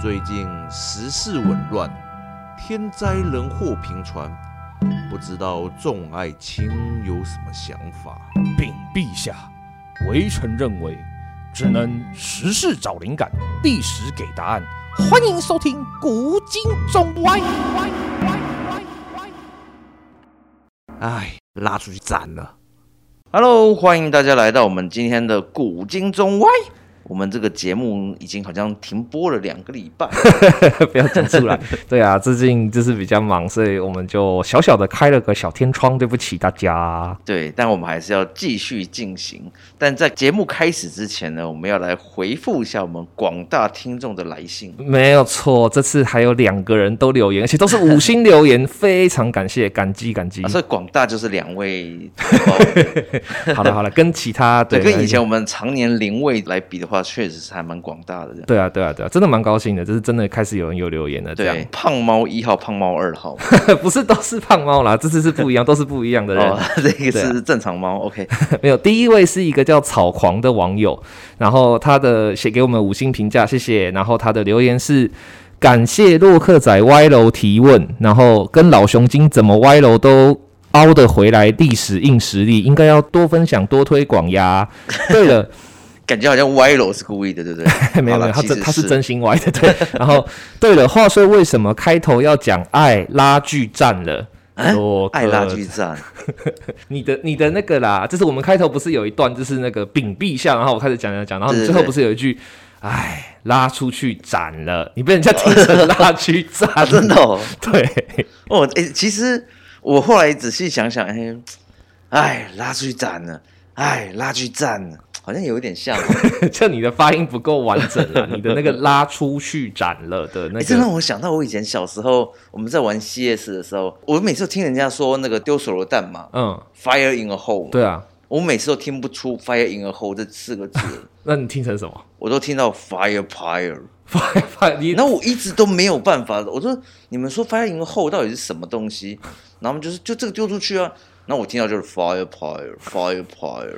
最近时事紊乱，天灾人祸频传，不知道众爱卿有什么想法？禀陛下，微臣认为只能时事找灵感，历史给答案。欢迎收听《古今中外》。哎，拉出去斩了！ Hello，欢迎大家来到我们今天的古今中外。我们这个节目已经好像停播了两个礼拜， 不要讲出来。对啊，最近就是比较忙，所以我们就小小的开了个小天窗，对不起大家。对，但我们还是要继续进行。但在节目开始之前呢，我们要来回复一下我们广大听众的来信。没有错，这次还有两个人都留言，而且都是五星留言， 非常感谢，感激感激啊，。所以广大就是两位，好了好了，跟其他 对，对跟以前我们常年零位来比的话，确实是还蛮广大的。对啊对啊对啊，真的蛮高兴的，就是真的开始有人有留言了，这样对，胖猫一号、胖猫二号， 不是都是胖猫啦，这次是不一样，都是不一样的人。哦，这个对啊是正常猫。OK，没有，第一位是一个叫草狂的网友，然后他的写给我们五星评价，谢谢。然后他的留言是。感谢洛克仔歪楼提问，然后跟老熊精怎么歪楼都凹得回来，历史硬实力应该要多分享多推广 呀。对了，感觉好像歪楼是故意的，对不 对？没有没好啦有，他其真实他是是真心歪的，对。然后对了，话说为什么开头要讲爱拉锯战了？我啊爱拉锯战。你的你的那个啦，就是我们开头不是有一段，就是那个禀陛下，然后我开始讲讲讲，然后你对对最后不是有一句，哎，拉出去斩了，你被人家听 成拉去斩、啊， 真的哦， 对， 哦，哎、其实我后来仔细想想，哎、哎，拉出去斩了，哎，拉出去斩了，好像有一点像哦，就你的发音不够完整啊了，你的 那个拉出去斩了的那哎、这个让。我想到我以前小时候，我们在玩 CS 的时候，我每次听人家说那个丢手榴弹嘛嗯， ，fire in a hole，对啊，我每次都听不出 fire in a hole 这四个字，那你听成什么？ 我都听到 fire fire，你然后我一直都没有办法，我说你们说 fire in a hole 到底是什么东西？然后我们就是就这个丢出去啊，然后我听到就是 fire fire fire fire。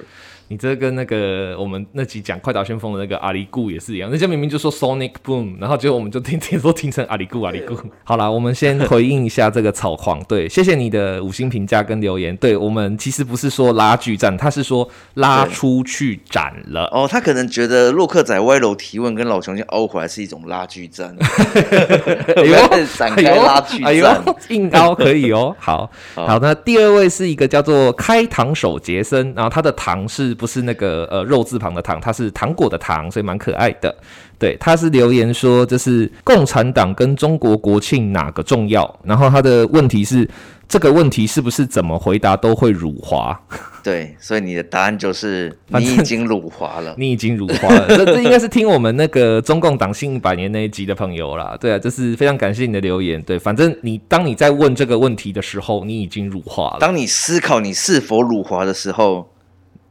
你这跟那个我们那集讲《快打旋风》的那个阿里固也是一样，人家明明就说 Sonic Boom，然后结果我们就听听说听成阿里固阿里固。好啦，我们先回应一下这个草狂，对，谢谢你的五星评价跟留言。对我们其实不是说拉锯战，他是说拉出去斩了。哦，他可能觉得洛克仔歪楼提问跟老熊精凹回来是一种拉锯战， 哎呦我要展开拉锯哎呦，哎战呦 硬凹可以哦。好好 好，那第二位是一个叫做开膛手杰森，然后他的糖是不是那个呃肉字旁的糖？它是糖果的糖，所以蛮可爱的。对，他是留言说，就是共产党跟中国国庆哪个重要？然后他的问题是，这个问题是不是怎么回答都会辱华？对，所以你的答案就是反你正已经辱华了。你已经辱华 了，这这应该是听我们那个中共党新百年那一集的朋友啦。对啊，就是非常感谢你的留言。对，反正你当你在问这个问题的时候，你已经辱华了，当你思考你是否辱华的时候，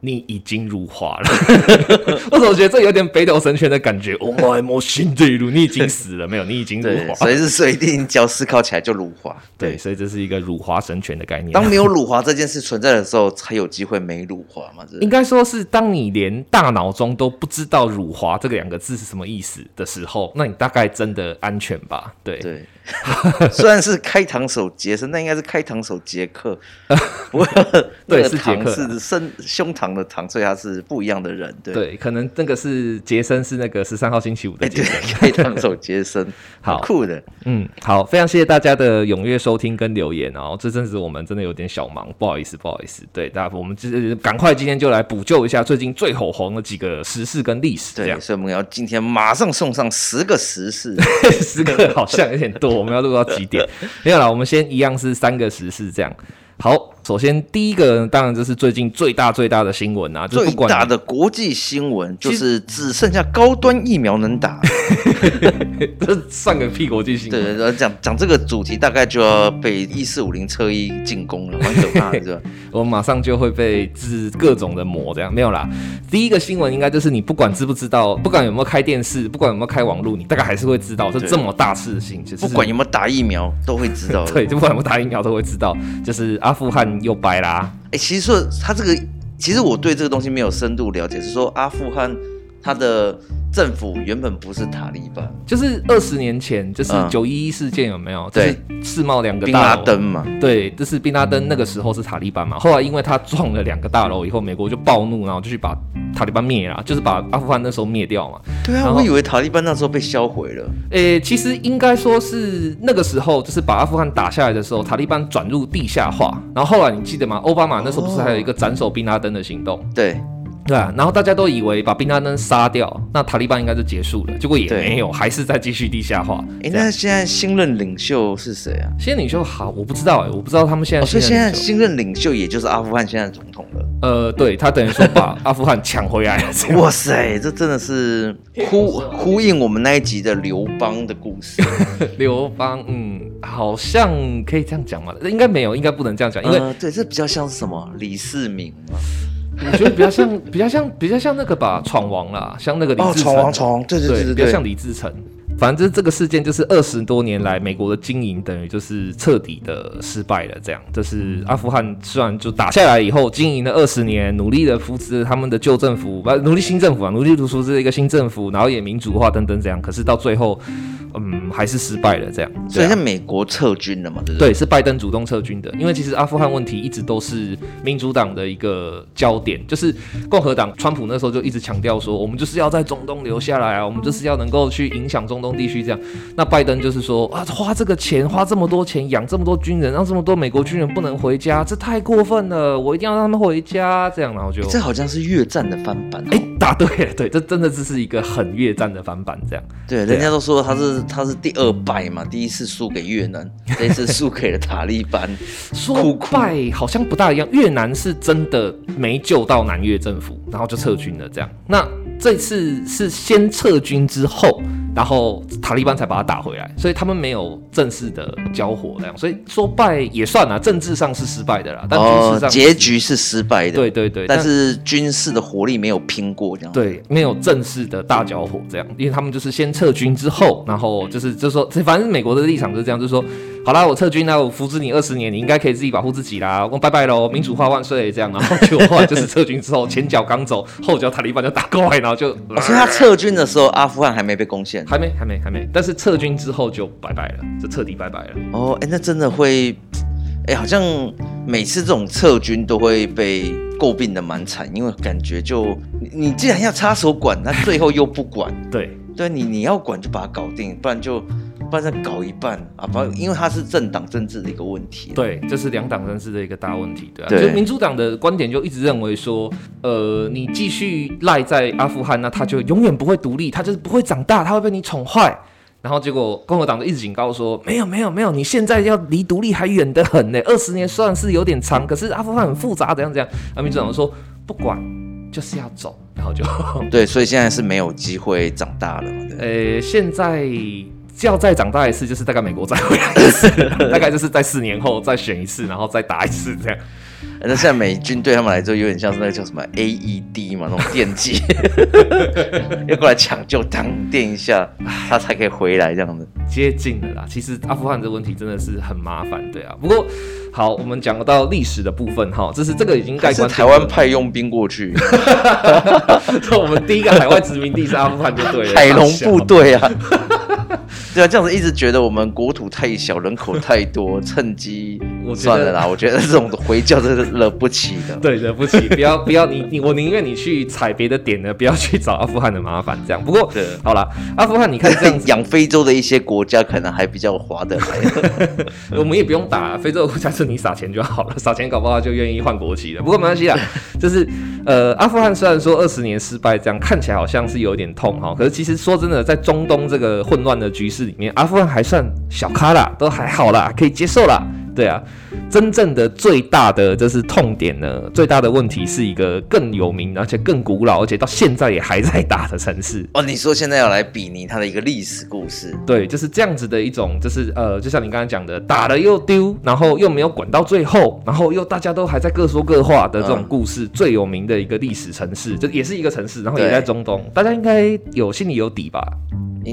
你已经辱华了。 我总觉得这有点北斗神拳的感 觉。Oh my m o s h i n d 你已经死了没有？你已经辱对，华。随时随地只要思考起来就辱华。对，，所以这是一个辱华神拳的概念。当没有辱华这件事存在的时候，才有机会没辱华嘛？这应该说是，当你连大脑中都不知道“辱华”这个两个字是什么意思的时候，那你大概真的安全吧？对，对， 虽然是开膛手杰森，那应该是开膛手杰 克，不过那对个是杰克膛啊是身胸膛的膛，所以他是不一样的人。对，对，可能那个是杰森，是那个十三号星期五的哎，杰 对森。，开膛手杰森， 好很酷的。嗯，好，非常谢谢大家的踊跃收听跟留言哦。这阵子我们真的有点小忙，不好意思，不好意思。对，大家我们就是赶快今天就来补救一下最近最火红的几个时事跟历史，这对，样所以我们要今天马上送上十个时事。十个好像有点多，我们要录到几点？没有啦，我们先一样是三个时事这样。好，首先第一个呢当然就是最近最大最大的新闻啊， 就是最不管大的国际新闻就是只剩下高端疫苗能打。这 算个屁国际新对闻。对对，讲讲这个主题大概就要被一四五零车衣进攻了，蛮可怕 的，是吧？我马上就会被治各种的魔，这样没有啦。第一个新闻应该就是你不管知不知道，不管有没有开电视，不管有没有开网络，你大概还是会知道，这对这么大事情，就是不管有没有打疫苗，都会知道的。对，就不管有没有打疫苗都会知道，就是阿富汗又掰啦。哎、其实说他这个，其实我对这个东西没有深度了解，是说阿富汗他的政府原本不是塔利班，就是二十年前，就是嗯九一一事件有没有？对，世贸两个宾大拉楼，登嘛，对，就是宾拉登那个时候是塔利班嘛，后来因为他撞了两个大楼以后，美国就暴怒，然后就去把塔利班灭了，就是把阿富汗那时候灭掉嘛。对啊，然后我以为塔利班那时候被销毁了，诶、其实应该说是那个时候，就是把阿富汗打下来的时候，塔利班转入地下化，然后后来你记得吗？奥巴马那时候不是还有一个斩首宾拉登的行动？对，对啊，然后大家都以为把宾拉登杀掉，那塔利班应该就结束了，结果也对没有，还是在继续地下化。哎，这样那现在新任领袖是谁啊？现在领袖好，我不知道哎、我不知道他们现在哦，所新以的现在领袖、新任领袖也就是阿富汗现在的总统了。 呃，对他等于说把阿富汗抢回来了， 这样哇塞，这真的是呼呼应我们那一集的刘邦的故事，刘邦，嗯，好像可以这样讲吗？应该没有，应该不能这样讲，因为呃对，这比较像是什么李世民吗？我觉得比较像，比较像，比较像那个吧，闯王啦，像那个李哦，自闯成，王，闯王，对对对比较对像对，李自成。反正这个事件就是二十多年来美国的经营，等于就是彻底的失败了。这样，就是嗯阿富汗虽然就打下来以后，经营了二十年，努力的扶持他们的旧政府，不、努力新政府啊，努力读出这一个新政府，然后也民主化等等这样。可是到最后，嗯，还是失败了这样。所对以啊像美国撤军了嘛，对不对？对，是拜登主动撤军的，因为其实阿富汗问题嗯一直都是民主党的一个焦点，就是共和党川普那时候就一直强调说，我们就是要在中东留下来啊，我们就是要能够去影响中东地区这样。那拜登就是说啊，花这个钱，花这么多钱养这么多军人，让这么多美国军人不能回家，这太过分了，我一定要让他们回家这样，然后就诶这好像是越战的翻版、哦。哎、答对了，对，这真的只是一个很越战的翻版这样。对，人家都说他是他是第二败嘛，第一次输给越南，这一次输给了塔 利班。说败好像不大一样，越南是真的没救到南越政府，然后就撤军了。这样，那这次是先撤军之后，然后塔利班才把他打回来，所以他们没有正式的交火，这样，所以说败也算啦，政治上是失败的啦，但军事上、哦结局是失败的，对对对，但是军事的火力没有拼过，这样。对，没有正式的大交火这样，因为他们就是先撤军之后，然后就是就说，反正美国的立场就是这样，就是说，好啦，我撤军啦，我扶持你二十年，你应该可以自己保护自己啦，我拜拜喽，民主化万岁这样，然后结果后来就是撤军之后，前脚刚走，后脚塔利班就打过来，然后就，啊哦所以他撤军的时候，阿富汗还没被攻陷。还没还没还没，但是撤军之后就拜拜了，就彻底拜拜了。哦，哎、那真的会，哎、好像每次这种撤军都会被诟病的蛮惨，因为感觉就你你既然要插手管，那最后又不管， 对，对你你要管就把它搞定，不然就不然再搞一半啊，不然，因为它是政党政治的一个问题。对，这是两党政治的一个大问题，对啊。对就民主党的观点就一直认为说，呃，你继续赖在阿富汗，那他就永远不会独立，他就是不会长大，他会被你宠坏。然后结果共和党就一直警告说，没有没有没有，你现在要离独立还远得很呢，二十年算是有点长，可是阿富汗很复杂，怎样怎样。啊，民主党就说不管，就是要走，然后就，对，所以现在是没有机会长大了嘛。对呃，现在。要再长大一次，就是大概美国再回来一次，大概就是在四年后再选一次，然后再打一次这样。哎那现在美军对他们来说有点像是那个叫什么 AED 嘛，那种电击， 要过来抢救，当电一下，啊他才可以回来这样子。接近了啦。其实阿富汗这个问题真的是很麻烦，对啊。不过好，我们讲到历史的部分哈，这是这个已经盖还是棺台湾派佣兵过 去，定论了， 我们第一个海外殖民地是阿富汗就对了。海龙部不队啊。 对啊，这样子一直觉得我们国土太小，人口太多，趁机我觉得算了啦。我觉得这种回教真是惹不起 的。对，惹不起，不要不要你你我宁愿你去踩别的点呢，不要去找阿富汗的麻烦这样。不过对好啦，阿富汗你看这样子，养非洲的一些国家可能还比较划得来。 我们也不用打非洲的国家，是你撒钱就好了，撒钱搞不好就愿意换国旗了。 不过没关系啦，就是呃，阿富汗虽然说二十年失败，这样看起来好像是有点痛哈，可是其实说真的，在中东这个混乱的局势里面，阿富汗还算小咖啦，都还好啦， 可以接受啦。对啊，真正的最大的就是痛点呢，最大的问题是一个更有名，而且更古老，而且到现在也还在打的城市，哦，你说现在要来比拟它的一个历史故事，对，就是这样子的一种，就是呃，就像你刚才讲的，打了又丢，然后又没有管到最后，然后又大家都还在各说各话的这种嗯故事，最有名的一个历史城市，这也是一个城市，然后也对在中东，大家应该有心里有底吧？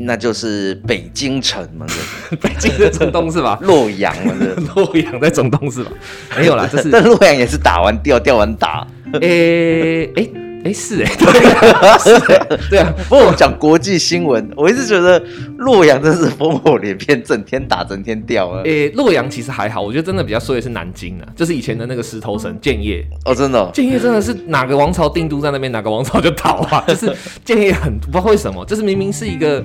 那就是北京城嘛， 对？北京在中东是吧 洛阳嘛，对。洛阳在啊 中东是吧？没有啦，这是但洛阳也是打完掉，掉完打，诶诶，哎，是哎，对啊，对啊，不过我讲国际新闻，我一直觉得洛阳真是烽火连篇，整天打，整天掉啊！诶，洛阳其实还好，我觉得真的比较衰的是南京啊，就是以前的那个石头城建业，哦，真的哦、建业真的是哪个王朝定都在那边，哪个王朝就倒 啊，就是建业很不知道为什么，就是明明是一个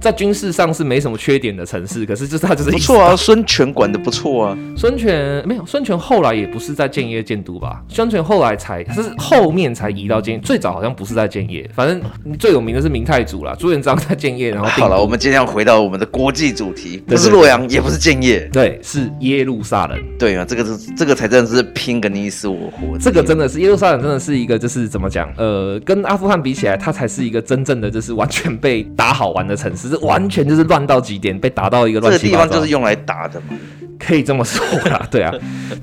在军事上是没什么缺点的城市，可是就是它就是一不错啊，孙权管的不错啊，孙权没有，孙权后来也不是在建业建都吧？孙权后来才，他是后面才移到建业，最早好像不是在建业，反正最有名的是明太祖啦，朱元璋在建业，然后定好了，都我们今天要回到我们的国际主题，对不是对对洛阳，也不是建业，对是耶路撒冷，对啊，这个是这个才真的是拼个你死我活，这个真的是耶路撒冷，真的是一个就是怎么讲，呃，跟阿富汗比起来，它才是一个真正的就是完全被打好玩的城市，是完全就是乱到极点，被打到一个这乱个七地八方糟，就是用来打的嘛。可以这么说啦， 对啊。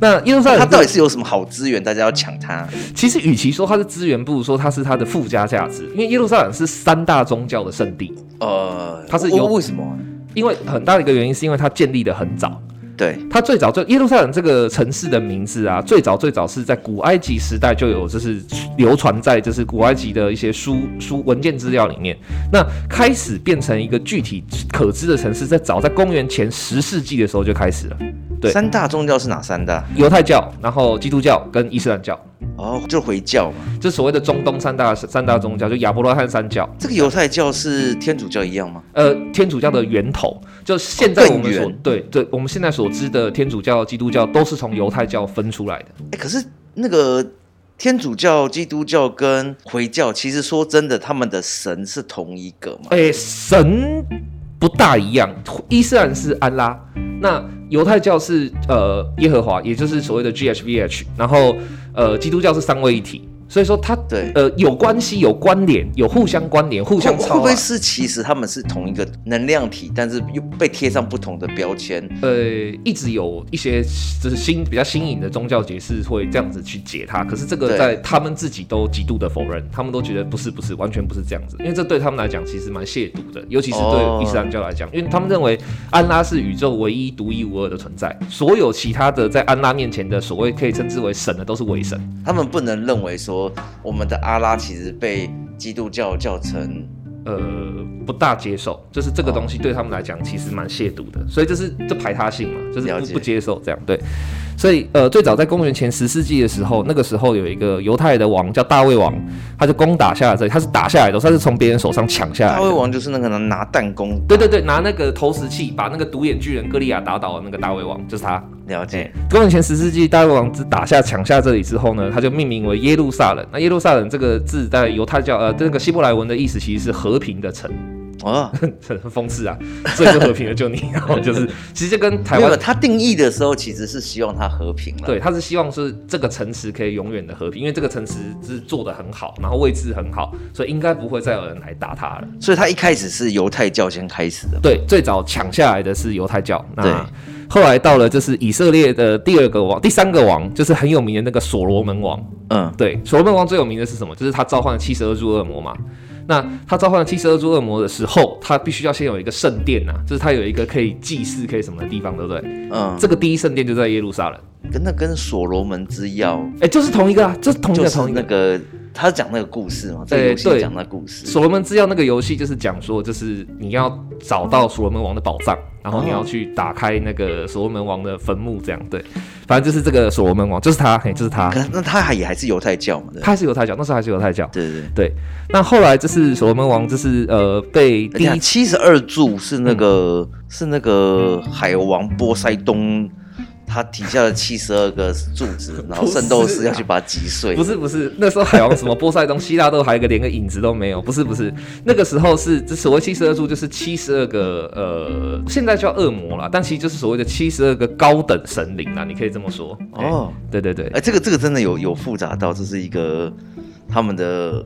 那耶路撒冷它这到底是有什么好资源，大家要抢它？其实与其说它是资源，不如说它是它的附加价值，因为耶路撒冷是三大宗教的圣地。呃，它是为有为什么啊？因为很大的一个原因是因为它建立的很早，对，它最早就耶路撒冷这个城市的名字啊，最早最早是在古埃及时代就有，就是流传在就是古埃及的一些书书文件资料里面。那开始变成一个具体可知的城市，在早在公元前十世纪的时候就开始了，对三大宗教是哪三大？犹太教，然后基督教跟伊斯兰教，哦，就回教嘛。就所谓的中东三大三大宗教，就亚伯拉罕三教。这个犹太教是天主教一样吗？呃，天主教的源头，就现在我们哦更所远对对，我们现在所知的天主教、基督教都是从犹太教分出来的。哎，可是那个天主教、基督教跟回教，其实说真的，他们的神是同一个嘛？诶、神不大一样，伊斯兰是安拉，那犹太教是呃耶和华，也就是所谓的 GHVH，然后呃基督教是三位一体，所以说它对呃有关系、有关联、有互相关联、互会相会超不会啊。是其实他们是同一个能量体，但是又被贴上不同的标签？呃，一直有一些就是新比较新颖的宗教解释会这样子去解它，可是这个对在他们自己都极度的否认，他们都觉得不是不是，完全不是这样子，因为这对他们来讲其实蛮亵渎的，尤其是哦对伊斯兰教来讲，因为他们认为安拉是宇宙唯一独一无二的存在，所有其他的在安拉面前的所谓可以称之为神的都是伪神，他们不能认为说我们的阿拉其实被基督教叫成呃，不大接受，就是这个东西哦对他们来讲其实蛮亵渎的，所以这是这排他性嘛，就是了不解不接受这样对。所以呃，最早在公元前十世纪的时候，那个时候有一个犹太的王叫大卫王，他就攻打下了这里，他是打下来的，他是从别人手上抢下来大胃的。王，就是那个能拿弹弓。对对对，拿那个投石器把那个独眼巨人歌利亚打倒的那个大卫王，就是他。了解，公元前十世纪，大卫王子打下抢下这里之后呢，他就命名为耶路撒冷。那耶路撒冷这个字在犹太教呃这个希伯来文的意思其实是和平的城。哦， 很很讽刺啊，所以就和平了，就你， 然后就是其实就跟台没有，湾。他定义的时候其实是希望它和平了。对，他是希望是这个城池可以永远的和平，因为这个城池是做的很好，然后位置很好，所以应该不会再有人来打他了。所以他一开始是犹太教先开始的。对，最早抢下来的是犹太教，对那后来到了就是以色列的第二个王、第三个王，就是很有名的那个所罗门王。嗯，对，所罗门王最有名的是什么？就是他召唤了七十二柱恶魔嘛。那他召唤了七十二柱恶魔的时候，他必须要先有一个圣殿呐、就是他有一个可以祭祀、可以什么的地方，对不对？嗯，这个第一圣殿就在耶路撒冷，跟那跟所罗门之钥哎、就是同一个啊，就是同一就个是同一那个。个他讲那个故事嘛，在游戏对讲那故事。所罗门之钥那个游戏就是讲说，就是你要找到所罗门王的宝藏，然后你要去打开那嗯个所罗门王的坟墓，这样对。反正就是这个所罗门王，就是他，嘿，就是他可，那他还也还是犹太教嘛？对他还是犹太教，那时候还是犹太教。对对。对，那后来就是所罗门王，就是呃被第第一七十二柱是那个、嗯是那个海王波塞冬。他底下的七十二个柱子，然后不是啊圣斗士要去把它击碎。不是不是，那时候海王什么波塞冬、希腊都还有一个连个影子都没有，不是不是，那个时候是这所谓七十二柱，就是七十二个呃，现在叫恶魔啦，但其实就是所谓的七十二个高等神灵啦，你可以这么说。哦，哦，对对对哎、，这个这个真的有有复杂到，这是一个他们的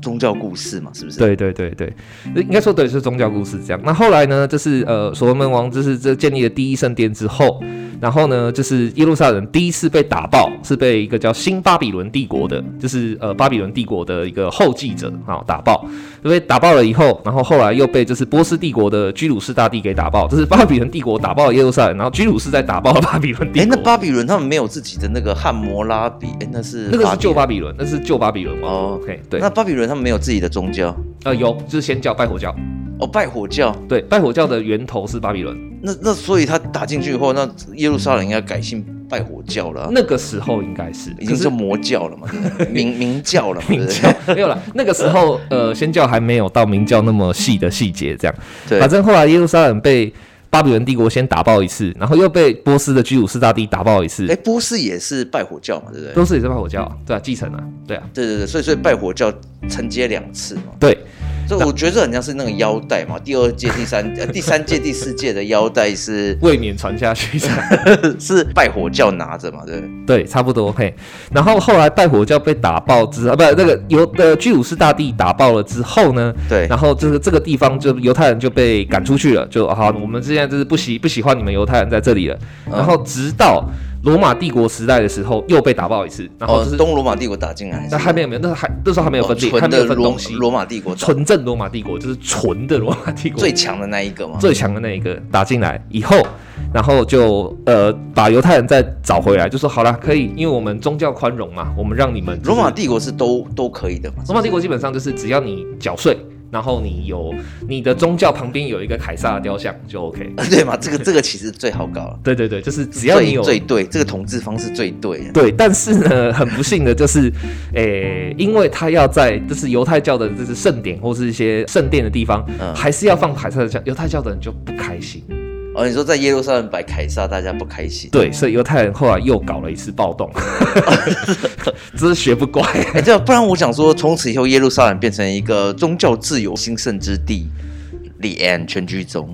宗教故事嘛，是不是？，对对对对，应该说对是宗教故事这样。那后来呢，就是呃所罗门王就是这建立了第一圣殿之后，然后呢就是耶路撒冷第一次被打爆，是被一个叫新巴比伦帝国的，就是呃巴比伦帝国的一个后继者啊、打爆，就被打爆了以后，然后后来又被就是波斯帝国的居鲁士大帝给打爆，就是巴比伦帝国打爆了耶路撒冷，然后居鲁士再打爆了巴比伦帝国。哎，那巴比伦他们没有自己的那个汉谟拉比，哎，那是那个是旧巴巴比伦，那是旧巴比伦王国。哦 OK，对，那巴比伦他们没有自己的宗教，呃有就是先教拜火教，哦，拜火教。对，拜火教的源头是巴比伦。那那所以他打进去以后，那耶路撒冷应该改信拜火教了啊、那个时候应该是，嗯已可经是是魔教了嘛，对不对明明教了嘛，对明不教对？没有啦，那个时 候呃，先教还没有到明教那么细的细节，这样。对反正后来耶路撒冷被巴比伦帝国先打爆一次，然后又被波斯的居鲁士大帝打爆一次，哎，嗯波斯也是拜火教嘛，对不对？都是也是拜火教，对啊，继承啊，对啊，对对对，所以所以拜火教承接两次嘛，对，所以我觉得这很像是那个腰带嘛，第二届、第三、呃、第三届、第四届的腰带 是未免传下去 这样。是拜火教拿着嘛，对不对？对，差不多嘿。然后后来拜火教被打爆之后，不，那个犹呃居鲁士大帝打爆了之后呢，对然后这个这个地方就犹太人就被赶出去了，就好，我们现在就是不喜不喜欢你们犹太人在这里了。嗯然后直到罗马帝国时代的时候又被打爆一次，然后哦就，是、东罗马帝国打进来是那还没有没有，那还那时候还没有分裂，哦还纯没的有分罗东西，罗马帝国打纯正罗马帝国就是纯的罗马帝国，最强的那一个嘛， 最强的那一个打进来以后，然后就呃把犹太人再找回来，就说好了，可以，因为我们宗教宽容嘛，我们让你们就是罗马帝国是都都可以的嘛，罗马帝国基本上就是只要你缴税，然后你有你的宗教旁边有一个凯撒的雕像就 OK。 对嘛？这个这个其实最好搞了，对对对，就是只要你有最最对，这个统治方式最对。啊对，但是呢， 很不幸的就是，诶、因为他要在就是犹太教的就是圣典或是一些圣殿的地方，嗯还是要放凯撒的像，犹太教的人就不开心。哦，你说在耶路撒冷摆凯撒，大家不开心。对，所以犹太人后来又搞了一次暴 动，真是学不乖。 哎，对啊，不然我想说，从此以后耶路撒冷变成一个宗教自由兴盛之地。李安全居中，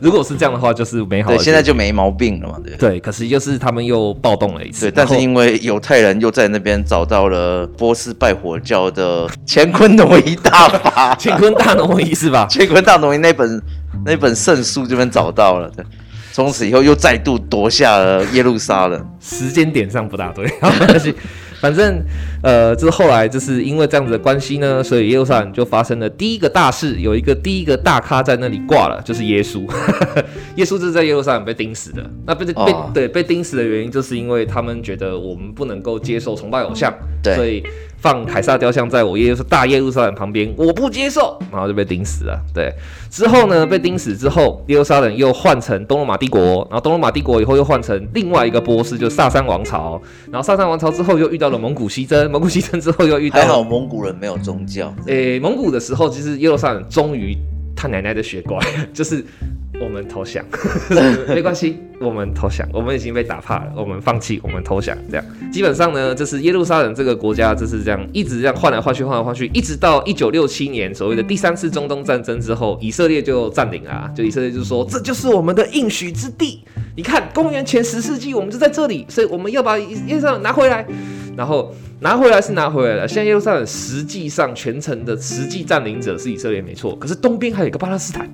如果是这样的话，就是 美好的结对，局。现在就没毛病了嘛，对不对？对，可是就是他们又暴动了一次。对，但是然后因为犹太人又在那边找到了波斯拜火教的乾坤挪移大法， 乾坤大挪移是吧？乾坤大挪移那本那本圣书这边找到了，对，从此以后又再度夺下了耶路 撒冷。时间点上不大对， 但是反正呃，就是后来就是因为这样子的关系呢，所以耶路撒冷就发生了第一个大事，有一个第一个大咖在那里挂了，就是耶稣。 耶稣就是在耶路撒冷被钉死的。那被、被哦对被钉死的原因，就是因为他们觉得我们不能够接受崇拜偶像，对所以放凯撒雕像在我耶路大耶路撒冷旁边，我不接受，然后就被钉死了。对，之后呢，被钉死之后，耶路撒冷又换成东罗马帝国，然后东罗马帝国以后又换成另外一个波斯，就是萨珊王朝，然后萨珊王朝之后又遇到了蒙古西征，蒙古西征之后又遇到还好了，蒙古人没有宗教，诶、蒙古的时候，其实耶路撒冷终于他奶奶的学乖， 就是。我们投降， 没关系，我们投降，我们已经被打怕了，我们放弃，我们投降，这样。基本上呢，就是耶路撒冷这个国家就是这样一直这样换来换去，换来换去，一直到一九六七年所谓的第三次中东战争之后，以色列就占领了、啊，就以色列就说这就是我们的应许之地。你看，公元前十世纪我们就在这里，所以我们要把耶路撒冷拿回来。然后拿回来是拿回来了，现在耶路撒冷实际上全程的实际占领者是以色列没错，可是东边还有一个巴勒斯坦。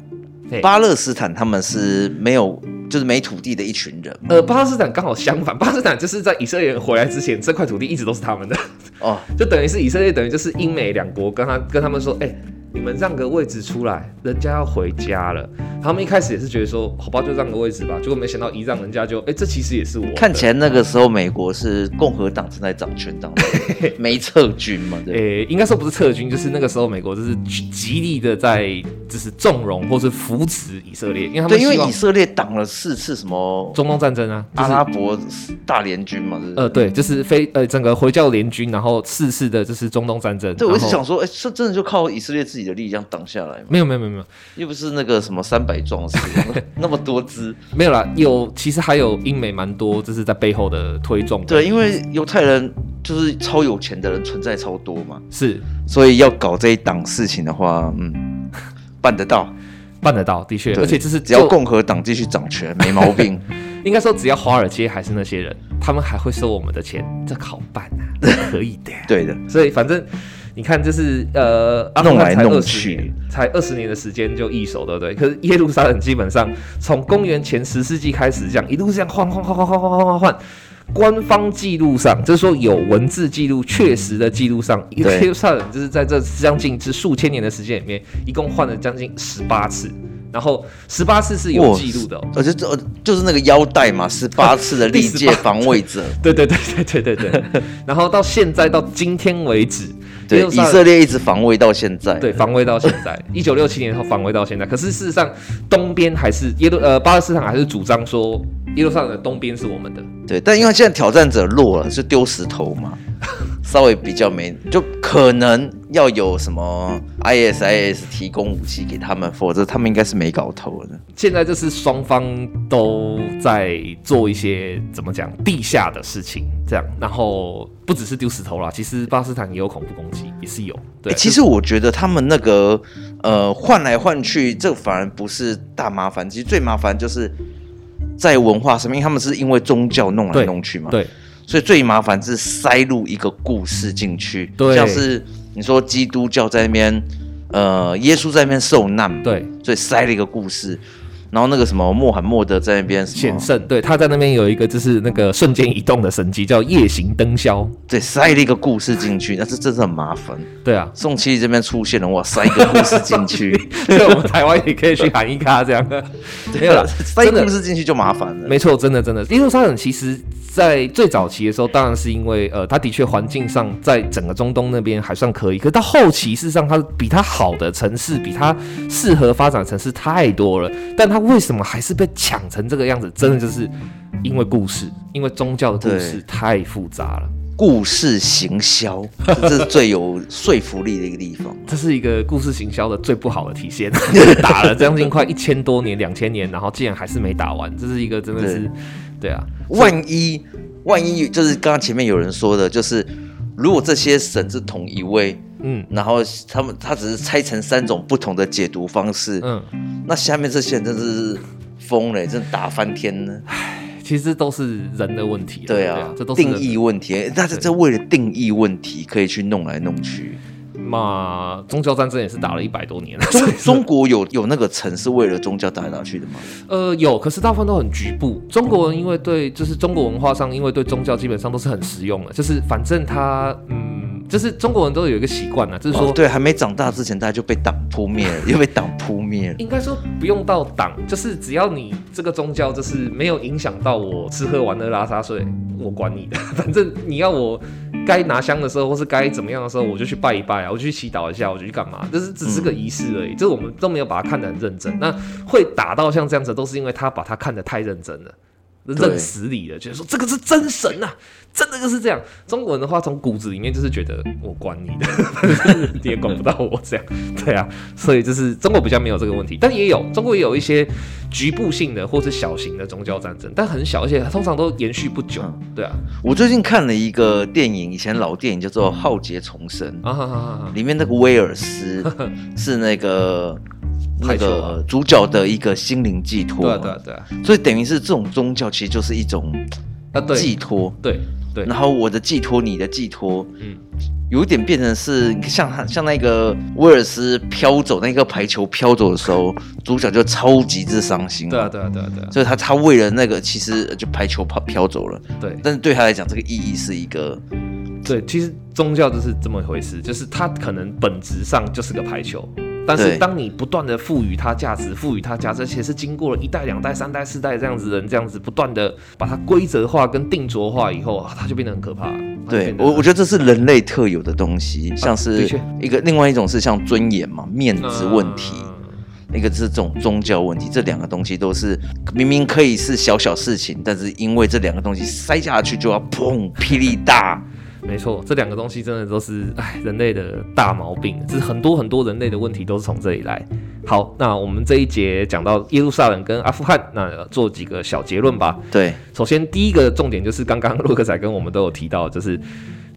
对巴勒斯坦他们是没有就是没土地的一群人呃，巴勒斯坦刚好相反，巴勒斯坦就是在以色列人回来之前，这块土地一直都是他们的，哦，就等于是以色列，等于就是英美两国跟他跟他们说，哎、你们让个位置出来，人家要回家了。他们一开始也是觉得说，好吧，就让个位置吧。结果没想到一让人家就，哎、这其实也是我的看起来那个时候美国是共和党正在掌权 当中，没撤军嘛，对不诶、对。应该说不是撤军，就是那个时候美国就是极力的在就是纵容或是扶持以色列，因为哎他们对，因为希望以色列挡了四次什么中东战争啊，就阿是拉伯大联军嘛，是不是？呃对，就是非呃整个回教联军，然后四次的就是中东战争。对，我一直然后想说，哎，这真的就靠以色列自己的力量挡下来嘛？没有没有没有没有，又不是那个什么三百壮士 那么多支。没有啦，有其实还有英美蛮多，就是在背后的推动。对，因为犹太人就是超有钱的人存在超多嘛，是所以要搞这一档事情的话，嗯，办得到。办得到，的确，对而且就是只要就共和党继续掌权，没 毛病。应该说只要华尔街还是那 些人，他们还会收我们的钱，这好办啊，可以的。对的，所以反正你看，这是呃，阿富弄汗来才弄二十去年，才二十年的时间就易手，对不对？可是耶路撒冷基本上从公元前十世纪开始，这样一路这样换换换换换换换换换，官方记录上，就是说有文字记录、确实的记录上，耶对路撒冷就是在这将近这数千年的时间里面，一共换了将近十八次，然后十八次是有哇记录的、哦。而且这就是那个腰 带嘛，十八次的第历18届防 卫者，对对对对对对对。然后到现在到今天为止，耶对，路以撒冷色列一直防卫到现在。对，防卫到现在，一九六七年后防卫到现在。可是事实上，东边还是耶路呃巴勒斯坦还是主张说耶路撒冷的东边是我们的。对，但因为现在挑战者弱了，是丢石头嘛， 稍微比较没，就可能要有什么 ISIS 提供武器给他们，否则他们应该是没搞头的。现在就是双方都在做一些怎么讲地下的事情，这样，然后不只是丢石头啦，其实巴勒斯坦也有恐怖攻击，也是有。对，欸其实我觉得他们那个呃换来换去，这反而不是大麻烦，其实最麻烦就是在文化上面，因为他们是因为宗教弄来对弄去嘛，，对所以最麻烦是塞入一个故事进去，对像是你说基督教在那边，呃，耶稣在那边受难嘛，对所以塞了一个故事，然后那个什么穆罕默德在那边什险么，胜，对他在那边有一个就是那个瞬间移动的神迹，叫夜行灯消。对，塞了一个故事进去，那这真是很麻烦。对啊， 宋七这边出现了，哇，塞一个故事进去，所以我们台湾也可以去喊一咖 这样。 啊没有啦，塞真的故事进去就麻烦了。没错，真的真的，耶路撒冷其实在最早期的时候，当然是因为呃，它的确环境上在整个中东那边还算可以，可到后期事实上它比它好的城市，比它适合发展的城市太多了，但它为什么还是被抢成这个样子？真的就是因为故事，因为宗教的故事对太复杂了。故事行销，这是最有说服力的一个地方。这是一个故事行销的最不好的体现，打了将近快一千多年、两千年，然后竟然还是没打完，这是一个真的是，对啊，万一万一就是刚刚前面有人说的，就是如果这些神是同一位，嗯然后他们他只是拆成三种不同的解读方式，嗯。那下面这些人真的是疯了，真的打翻天呢。其实都是人的问题啦。对对啊，这都是人定义问题，但是这为了定义问题可以去弄来弄去。嘛，宗教战争也是打了一百多年了。 中中国有有那个城是为了宗教打来打去的吗？呃，有，可是大部分都很局部。中国人因为对，就是中国文化上，因为对宗教基本上都是很实用的，就是反正他，嗯，就是中国人都有一个习惯呢，就是说。哦对，还没长大之前，大家就被党扑灭了，又被党扑灭了。应该说不用到党，就是只要你这个宗教就是没有影响到我吃喝玩乐拉撒睡，我管你的， 反正你要我该拿香的时候，或是该怎么样的时候，我就去拜一拜啊，我就去祈祷一下，我就去干嘛，这是只是个仪式而已，这我们都没有把它看得很认真。那会打到像这样子，都是因为他把它看得太认真了。认死理了，觉得说这个是真神呐、啊，真的就是这样。中国人的话，从骨子里面就是觉得我管你的， 你也管不到我这样，对啊，所以就是中国比较没有这个问题，但也有中国也有一些局部性的或是小型的宗教战争，但很小，而且通常都延续不久，对啊，我最近看了一个电影，以前老电影叫做《浩劫重生》，啊哈哈哈哈，里面那个威 尔斯是那个那排球啊个主角的一个心灵寄托对嘛，啊对啊对啊，所以等于是这种宗教其实就是一种啊对寄托，对对，然后我的寄托，你的寄托，嗯，有一点变成是像他像那个威尔斯飘走那个排球飘走的时候，主角就超级之伤心，对啊，对啊对啊对啊，所以他他为了那个其实就排球飘飘走了，对但是对他来讲这个意义是一个对，其实宗教就是这么一回事，就是它可能本质上就是个排球，但是对当你不断的赋予它价值，赋予它价值，而且是经过了一代、两代、三代、四代这样子人这样子不断的把它规则化跟定着化以后，啊它就变得很可怕。它就对变得啊我我觉得这是人类特有的东西，像的是确一个另外一种是像尊严嘛面子问题。嗯一个是这种宗教问题，这两个东西都是明明可以是小小事情，但是因为这两个东西塞下去就要砰霹雳大，没错，这两个东西真的都是哎人类的大毛病，这是很多很多人类的问题都是从这里来。好，那我们这一节讲到耶路撒冷跟阿富汗，那呃做几个小结论吧。对首先，第一个重点就是刚刚洛克仔跟我们都有提到，就是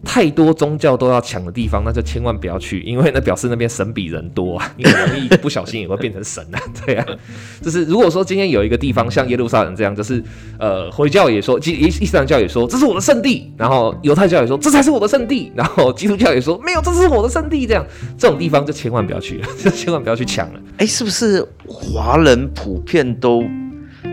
太多宗教都要抢的地方，那就千万不要去，因为那表示那边神比人多啊，你很容易不小心也会变成神啊。 对啊，就是如果说今天有一个地方像耶路撒冷这样，就是呃回教也说，基伊伊斯兰教也说这是我的圣地，然后犹太教也说这才是我的圣地，然后基督教也说没有这是我的圣地，这样这种地方就千万不要去了， 就千万不要去抢了。哎，是不是华人普遍都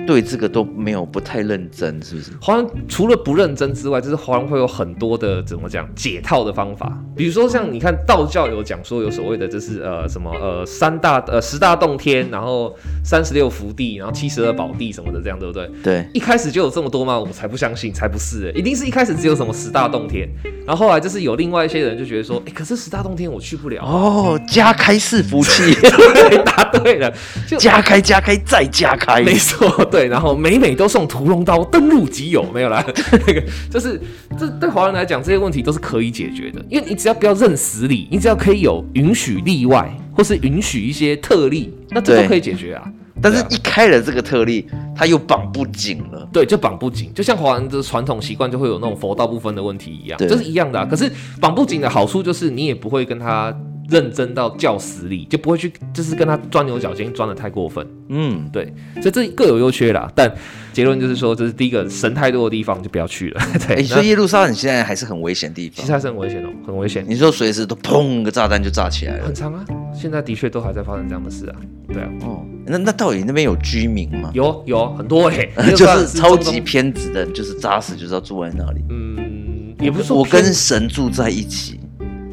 对这个都没有不太认真？是不是？华人除了不认真之外，就是华人会有很多的怎么讲解套的方法，比如说像你看道教有讲说有所谓的就是呃什么呃三大呃十大洞天，然后三十六福地，然后七十二宝地什么的，这样对不对？对，一开始就有这么多吗？我才不相信，才不是、欸，一定是一开始只有什么十大洞天，然后后来就是有另外一些人就觉得说，哎、可是十大洞天我去不了，哦，加开伺服器， 对，答对了，就加开，加开，再加开。 没错，对，然后每每都送屠龙刀，登入即有，没有啦。 那个就是这对华人来讲，这些问题都是可以解决的，因为你只要不要认死理，你只要可以有允许例外，或是允许一些特例，那这对都可以解决啊。但是对啊一开了这个特例，他又绑不紧了。对，就绑不紧，就像华人的传统习惯就会有那种佛道不分的问题一样，对就是一样的、啊。可是绑不紧的好处就是你也不会跟他认真到较死理，就不会去就是跟他钻牛角尖，钻的太过分。嗯，对，所以这各有优缺啦。但结论就是说，这是第一个神太多的地方就不要去了。 对，哎，那所以耶路撒冷现在还是很危险地其方实。还是很危险哦，很危险，你说随时都砰个炸弹就炸起来了很。长啊。现在的确都还在发生这样的事啊。对啊，哦，那那到底那边有居民吗？有有很多哎、欸， 就是超中级东。偏执的人，就是扎实就是要住在那里。嗯，也不是说我偏跟神住在一起，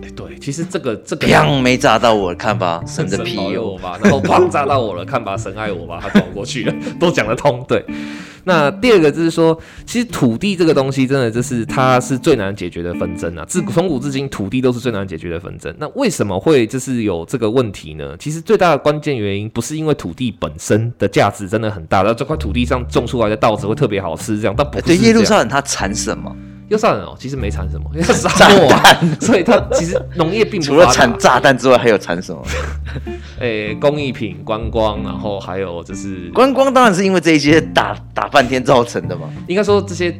哎对，其实这个这个砰没炸到我，看吧，神的哦神庇保佑佑我。吧，然后砰炸到我了，看吧，神爱我吧，他转过去了，都讲得通。对，那第二个就是说，其实土地这个东西真的就是它是最难解决的纷争啊，自古从古至今，土地都是最难解决的纷争。那为什么会就是有这个问题呢？其实最大的关键原因不是因为土地本身的价值真的很大，然后这块土地上种出来的稻子会特别好吃，这样，但不哎是对，耶路这样撒冷它产什么？耶路撒冷哦，其实没产什么，因为它 是沙漠、啊， 所以它其实农业并不除了发达产炸弹之外，还有产什么？诶、工艺品、观光，然后还有就是观光当然是因为这一些打打半天造成的嘛。应该说这些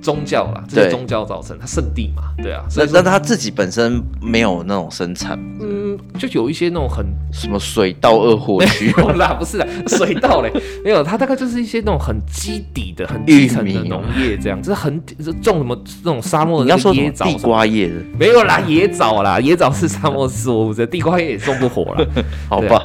宗教啦，这些对宗教造成它圣地嘛，对啊，所那以那说他自己本身没有那种生产，嗯，就有一些那种很什么水稻二货区没有啦，不是啦，水稻嘞，没有，它大概就是一些那种很基底的、很基玉层的米农业这样，就是很就是种什么那种沙漠的 你要那个说什椰么枣什地么，瓜叶的，没有啦，野枣啦，野枣是沙漠作物，这地瓜也种不活啦。 啊好吧？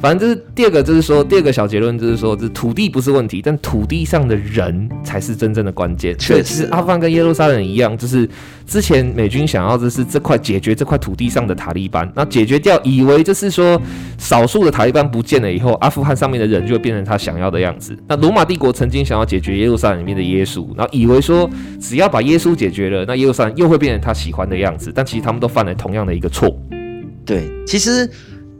反正就是第二个，就是说第二个小结论，就是说，这土地不是问题，但土地上的人才是真正的关键。确实所以其实阿富汗跟耶路撒冷一样，就是之前美军想要就是这块解决这块土地上的塔利班，那解决掉，以为就是说少数的塔利班不见了以后，阿富汗上面的人就会变成他想要的样子。那罗马帝国曾经想要解决耶路撒冷里面的耶稣，然后以为说只要把耶稣解决了，那耶路撒冷又会变成他喜欢的样子，但其实他们都犯了同样的一个错。对，其实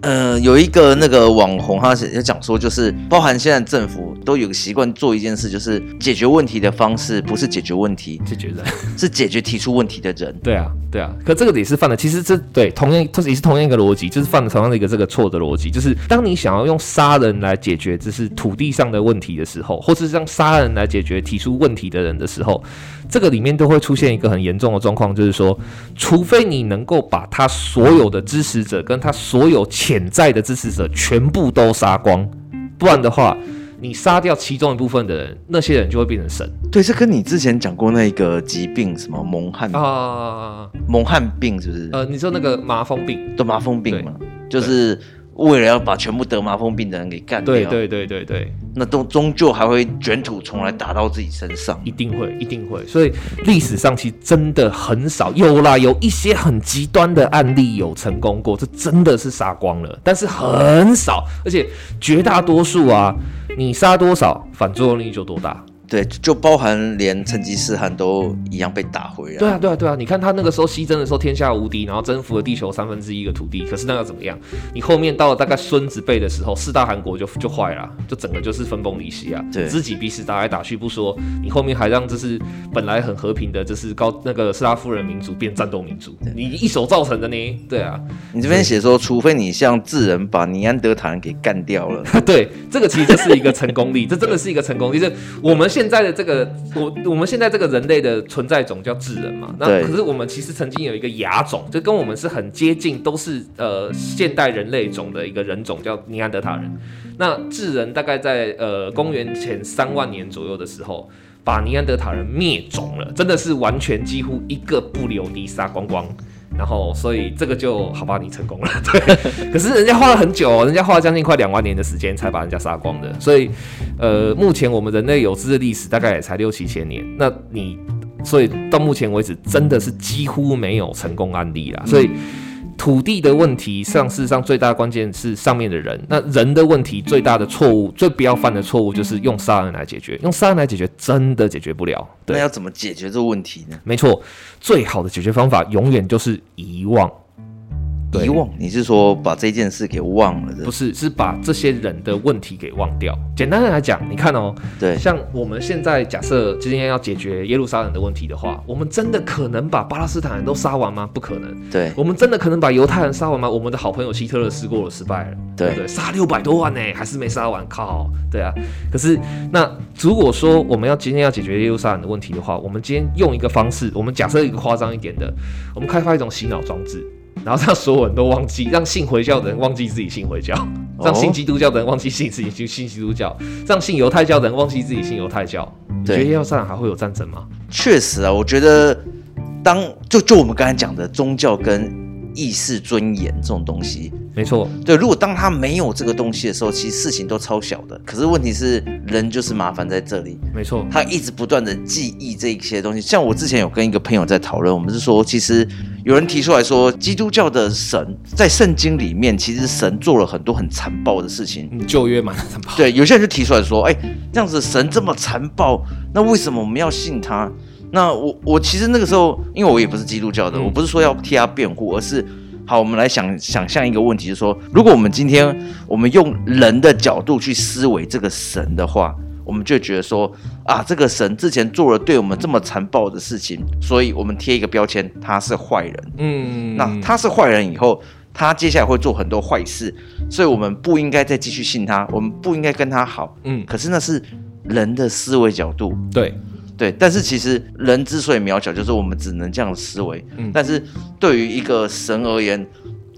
呃，有一个那个网红，他是有讲说，就是包含现在政府都有个习惯做一件事，就是解决问题的方式不是解决问题，就觉得。是解决提出问题的人。对啊，对啊，可这个也是犯了，其实这对同样，这也是同样一个逻辑，就是犯了同样的一个这个错的逻辑，就是当你想要用杀人来解决就是土地上的问题的时候，或是让杀人来解决提出问题的人的时候，这个里面都会出现一个很严重的状况，就是说，除非你能够把他所有的支持者跟他所有潜在的支持者全部都杀光，不然的话，你杀掉其中一部分的人，那些人就会变成神对，这跟你之前讲过那个疾病什么蒙汗、啊。蒙汗病是不是？呃，你说那个麻风病。得麻风病嘛，就是为了要把全部得麻风病的人给干掉，对对对对对，那都终究还会卷土重来打到自己身上。一定会，一定会。所以历史上其实真的很少有啦，有一些很极端的案例有成功过，这真的是杀光了，但是很少，而且绝大多数啊，你杀多少，反作用力就多大。对，就包含连成吉思汗都一样被打回来。对啊，对啊，对啊！你看他那个时候西征的时候天下无敌，然后征服了地球三分之一的土地，可是那要怎么样？你后面到了大概孙子辈的时候，四大汗国就 就坏了啊，就整个就是分崩离析啊，对知己彼此打来打去不说，你后面还让这是本来很和平的，这是高那个斯拉夫人民族变战斗民族，你一手造成的呢？对啊，你这边写说，除非你像智人把尼安德塔人给干掉了，嗯对，这个其实就是一个成功例，这真的是一个成功例。就是我们现现在的这个，我我们现在这个人类的存在种叫智人嘛。那对可是我们其实曾经有一个亚种，就跟我们是很接近，都是呃现代人类种的一个人种叫尼安德塔人。那智人大概在呃公元前三万年左右的时候，把尼安德塔人灭种了，真的是完全几乎一个不留地杀光光。然后，所以这个就好吧，你成功了。对，可是人家花了很久哦、人家花了将近快两万年的时间才把人家杀光的。所以，呃，目前我们人类有知的历史大概也才六七千年。那你，所以到目前为止，真的是几乎没有成功案例啦。所以，土地的问题上，事实上最大的关键是上面的人。那人的问题最大的错误，最不要犯的错误就是用杀人来解决，用杀人来解决真的解决不了。对那，要怎么解决这个问题呢？没错，最好的解决方法永远就是遗忘。对遗忘，你是说把这件事给忘了不的？是，是把这些人的问题给忘掉。简单的来讲，你看哦，对，像我们现在假设今天要解决耶路撒冷的问题的话，我们真的可能把巴勒斯坦人都杀完吗？不可能。对，我们真的可能把犹太人杀完吗？我们的好朋友希特勒试过了，失败了，对不对？杀六百多万呢、还是没杀完，靠！对啊，可是那如果说我们要今天要解决耶路撒冷的问题的话，我们今天用一个方式，我们假设一个夸张一点的，我们开发一种洗脑装置。然后让所有人都忘记，让信回教的人忘记自己信回教，哦让信基督教的人忘记信自己信信基督教，让信犹太教的人忘记自己信犹太教。你觉对得耶路撒冷还会有战争吗？确实啊，我觉得当就就我们刚才讲的宗教跟意识尊严这种东西，没错，对，如果当他没有这个东西的时候，其实事情都超小的。可是问题是，人就是麻烦在这里，没错，他一直不断的记忆这一些东西。像我之前有跟一个朋友在讨论，我们是说，其实有人提出来说，基督教的神在圣经里面，其实神做了很多很残暴的事情。嗯旧约嘛，怎么对，有些人就提出来说，哎，这样子神这么残暴，那为什么我们要信他？那我我其实那个时候，因为我也不是基督教的，嗯我不是说要替他辩护，而是好，我们来想想象一个问题，就是说，如果我们今天我们用人的角度去思维这个神的话。我们就会觉得说啊，这个神之前做了对我们这么残暴的事情，所以我们贴一个标签，他是坏人。嗯，那他是坏人以后，他接下来会做很多坏事，所以我们不应该再继续信他，我们不应该跟他好。嗯，可是那是人的思维角度，对，对。但是其实人之所以渺小，就是我们只能这样思维。嗯但是对于一个神而言，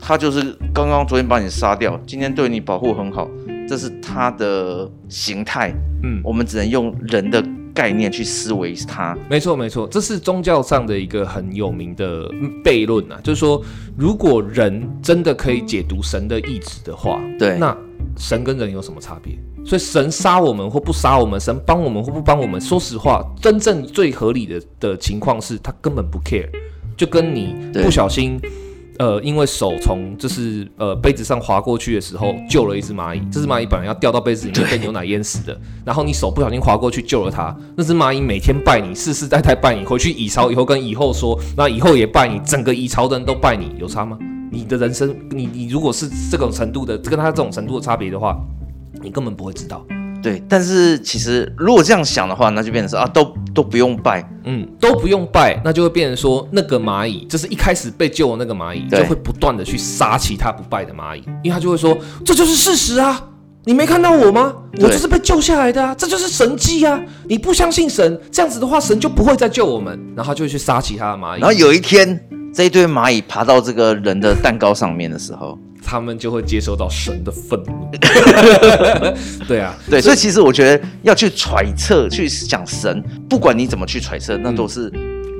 他就是刚刚昨天把你杀掉，今天对你保护很好，这是他的形态。嗯，我们只能用人的概念去思维他。没错没错，这是宗教上的一个很有名的嗯悖论啊，就是说，如果人真的可以解读神的意志的话，对那神跟人有什么差别？所以神杀我们或不杀我们，神帮我们或不帮我们，说实话，真正最合理的的情况是他根本不 care，就跟你对不小心。呃，因为手从就是呃杯子上滑过去的时候，救了一只蚂蚁。这只蚂蚁本来要掉到杯子里面被牛奶淹死的，然后你手不小心滑过去救了它。那只蚂蚁每天拜你，世世代代拜你，回去蚁巢以后跟蚁后说，那以后也拜你，整个蚁巢的人都拜你，有差吗？你的人生，你你如果是这种程度的，跟他这种程度的差别的话，你根本不会知道。对，但是其实如果这样想的话，那就变成是啊，都都不用拜，嗯，都不用拜，那就会变成说，那个蚂蚁就是一开始被救的那个蚂蚁，就对会不断的去杀其他不拜的蚂蚁，因为他就会说，这就是事实啊，你没看到我吗？我对就是被救下来的啊，这就是神迹啊！你不相信神，这样子的话，神就不会再救我们，然后他就会去杀其他的蚂蚁，然后有一天，这一堆蚂蚁爬到这个人的蛋糕上面的时候，他们就会接收到神的愤 怒。对啊，对，所以其实我觉得要去揣测、去想神，不管你怎么去揣测，那都是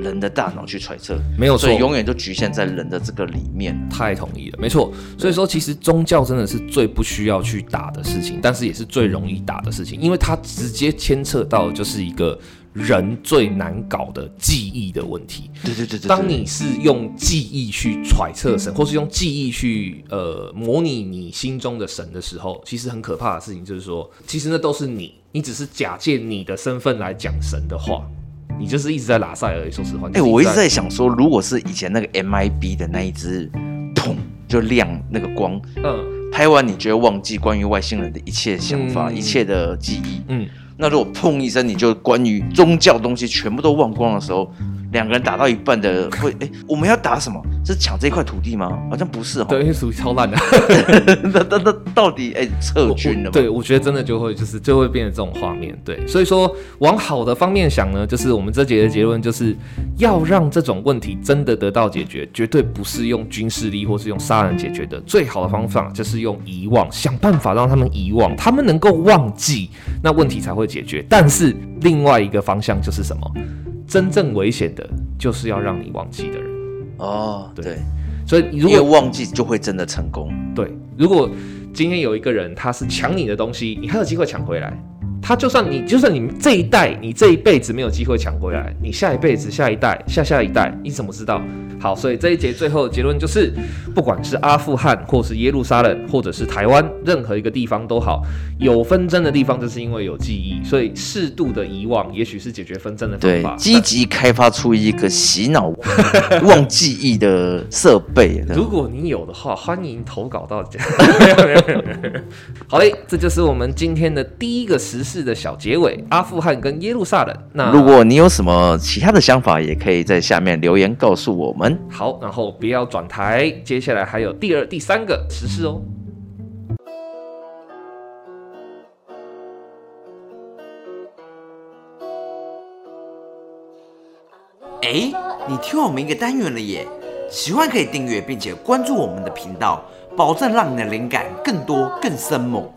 人的大脑去揣测，没有错所以永远都局限在人的这个里面。太同意了，没错。所以说，其实宗教真的是最不需要去打的事情，但是也是最容易打的事情，因为它直接牵涉到就是一个人最难搞的记忆的问题。对对对对，当你是用记忆去揣测神，或是用记忆去呃模拟你心中的神的时候，其实很可怕的事情就是说，其实那都是你，你只是假借你的身份来讲神的话，你就是一直在拉塞而已。说实话，你哎、是我一直在想说，如果是以前那个 MIB 的那一只，砰就亮那个光，嗯拍完你就会忘记关于外星人的一切想法、嗯一切的记忆。嗯。那如果砰一声，你就关于宗教东西全部都忘光的时候，两个人打到一半的会，哎，我们要打什么？是抢这块土地吗？好像不是哈。对，因，为属于超烂的。那那那到底哎撤军了我吗？对，我觉得真的就会就是就会变成这种画面。对，所以说往好的方面想呢，就是我们这节的结论就是要让这种问题真的得到解决，绝对不是用军事力或是用杀人解决的。最好的方法就是用遗忘，想办法让他们遗忘，他们能够忘记，那问题才会解决。但是另外一个方向就是什么？真正危险的就是要让你忘记的人。哦，对，所以如因为果忘记就会真的成功。对，如果今天有一个人他是抢你的东西，你还有机会抢回来。他就算你，就算你这一代，你这一辈子没有机会抢回来，你下一辈子、下一代、下下一代，你怎么知道？好，所以这一节最后的结论就是，不管是阿富汗，或是耶路撒冷，或者是台湾，任何一个地方都好，有纷争的地方，就是因为有记忆，所以适度的遗忘，也许是解决纷争的方对法，。积极开发出一个洗脑忘记忆的设备。对如果你有的话，欢迎投稿到 家。没有没有没有没有。好嘞，这就是我们今天的第一个时事的小结尾，阿富汗跟耶路撒冷。那如果你有什么其他的想法，也可以在下面留言告诉我们。好，然后不要转台，接下来还有第二、第三个时事哦。哎，你听我们一个单元了耶！喜欢可以订阅并且关注我们的频道，保证让你的灵感更多更生猛。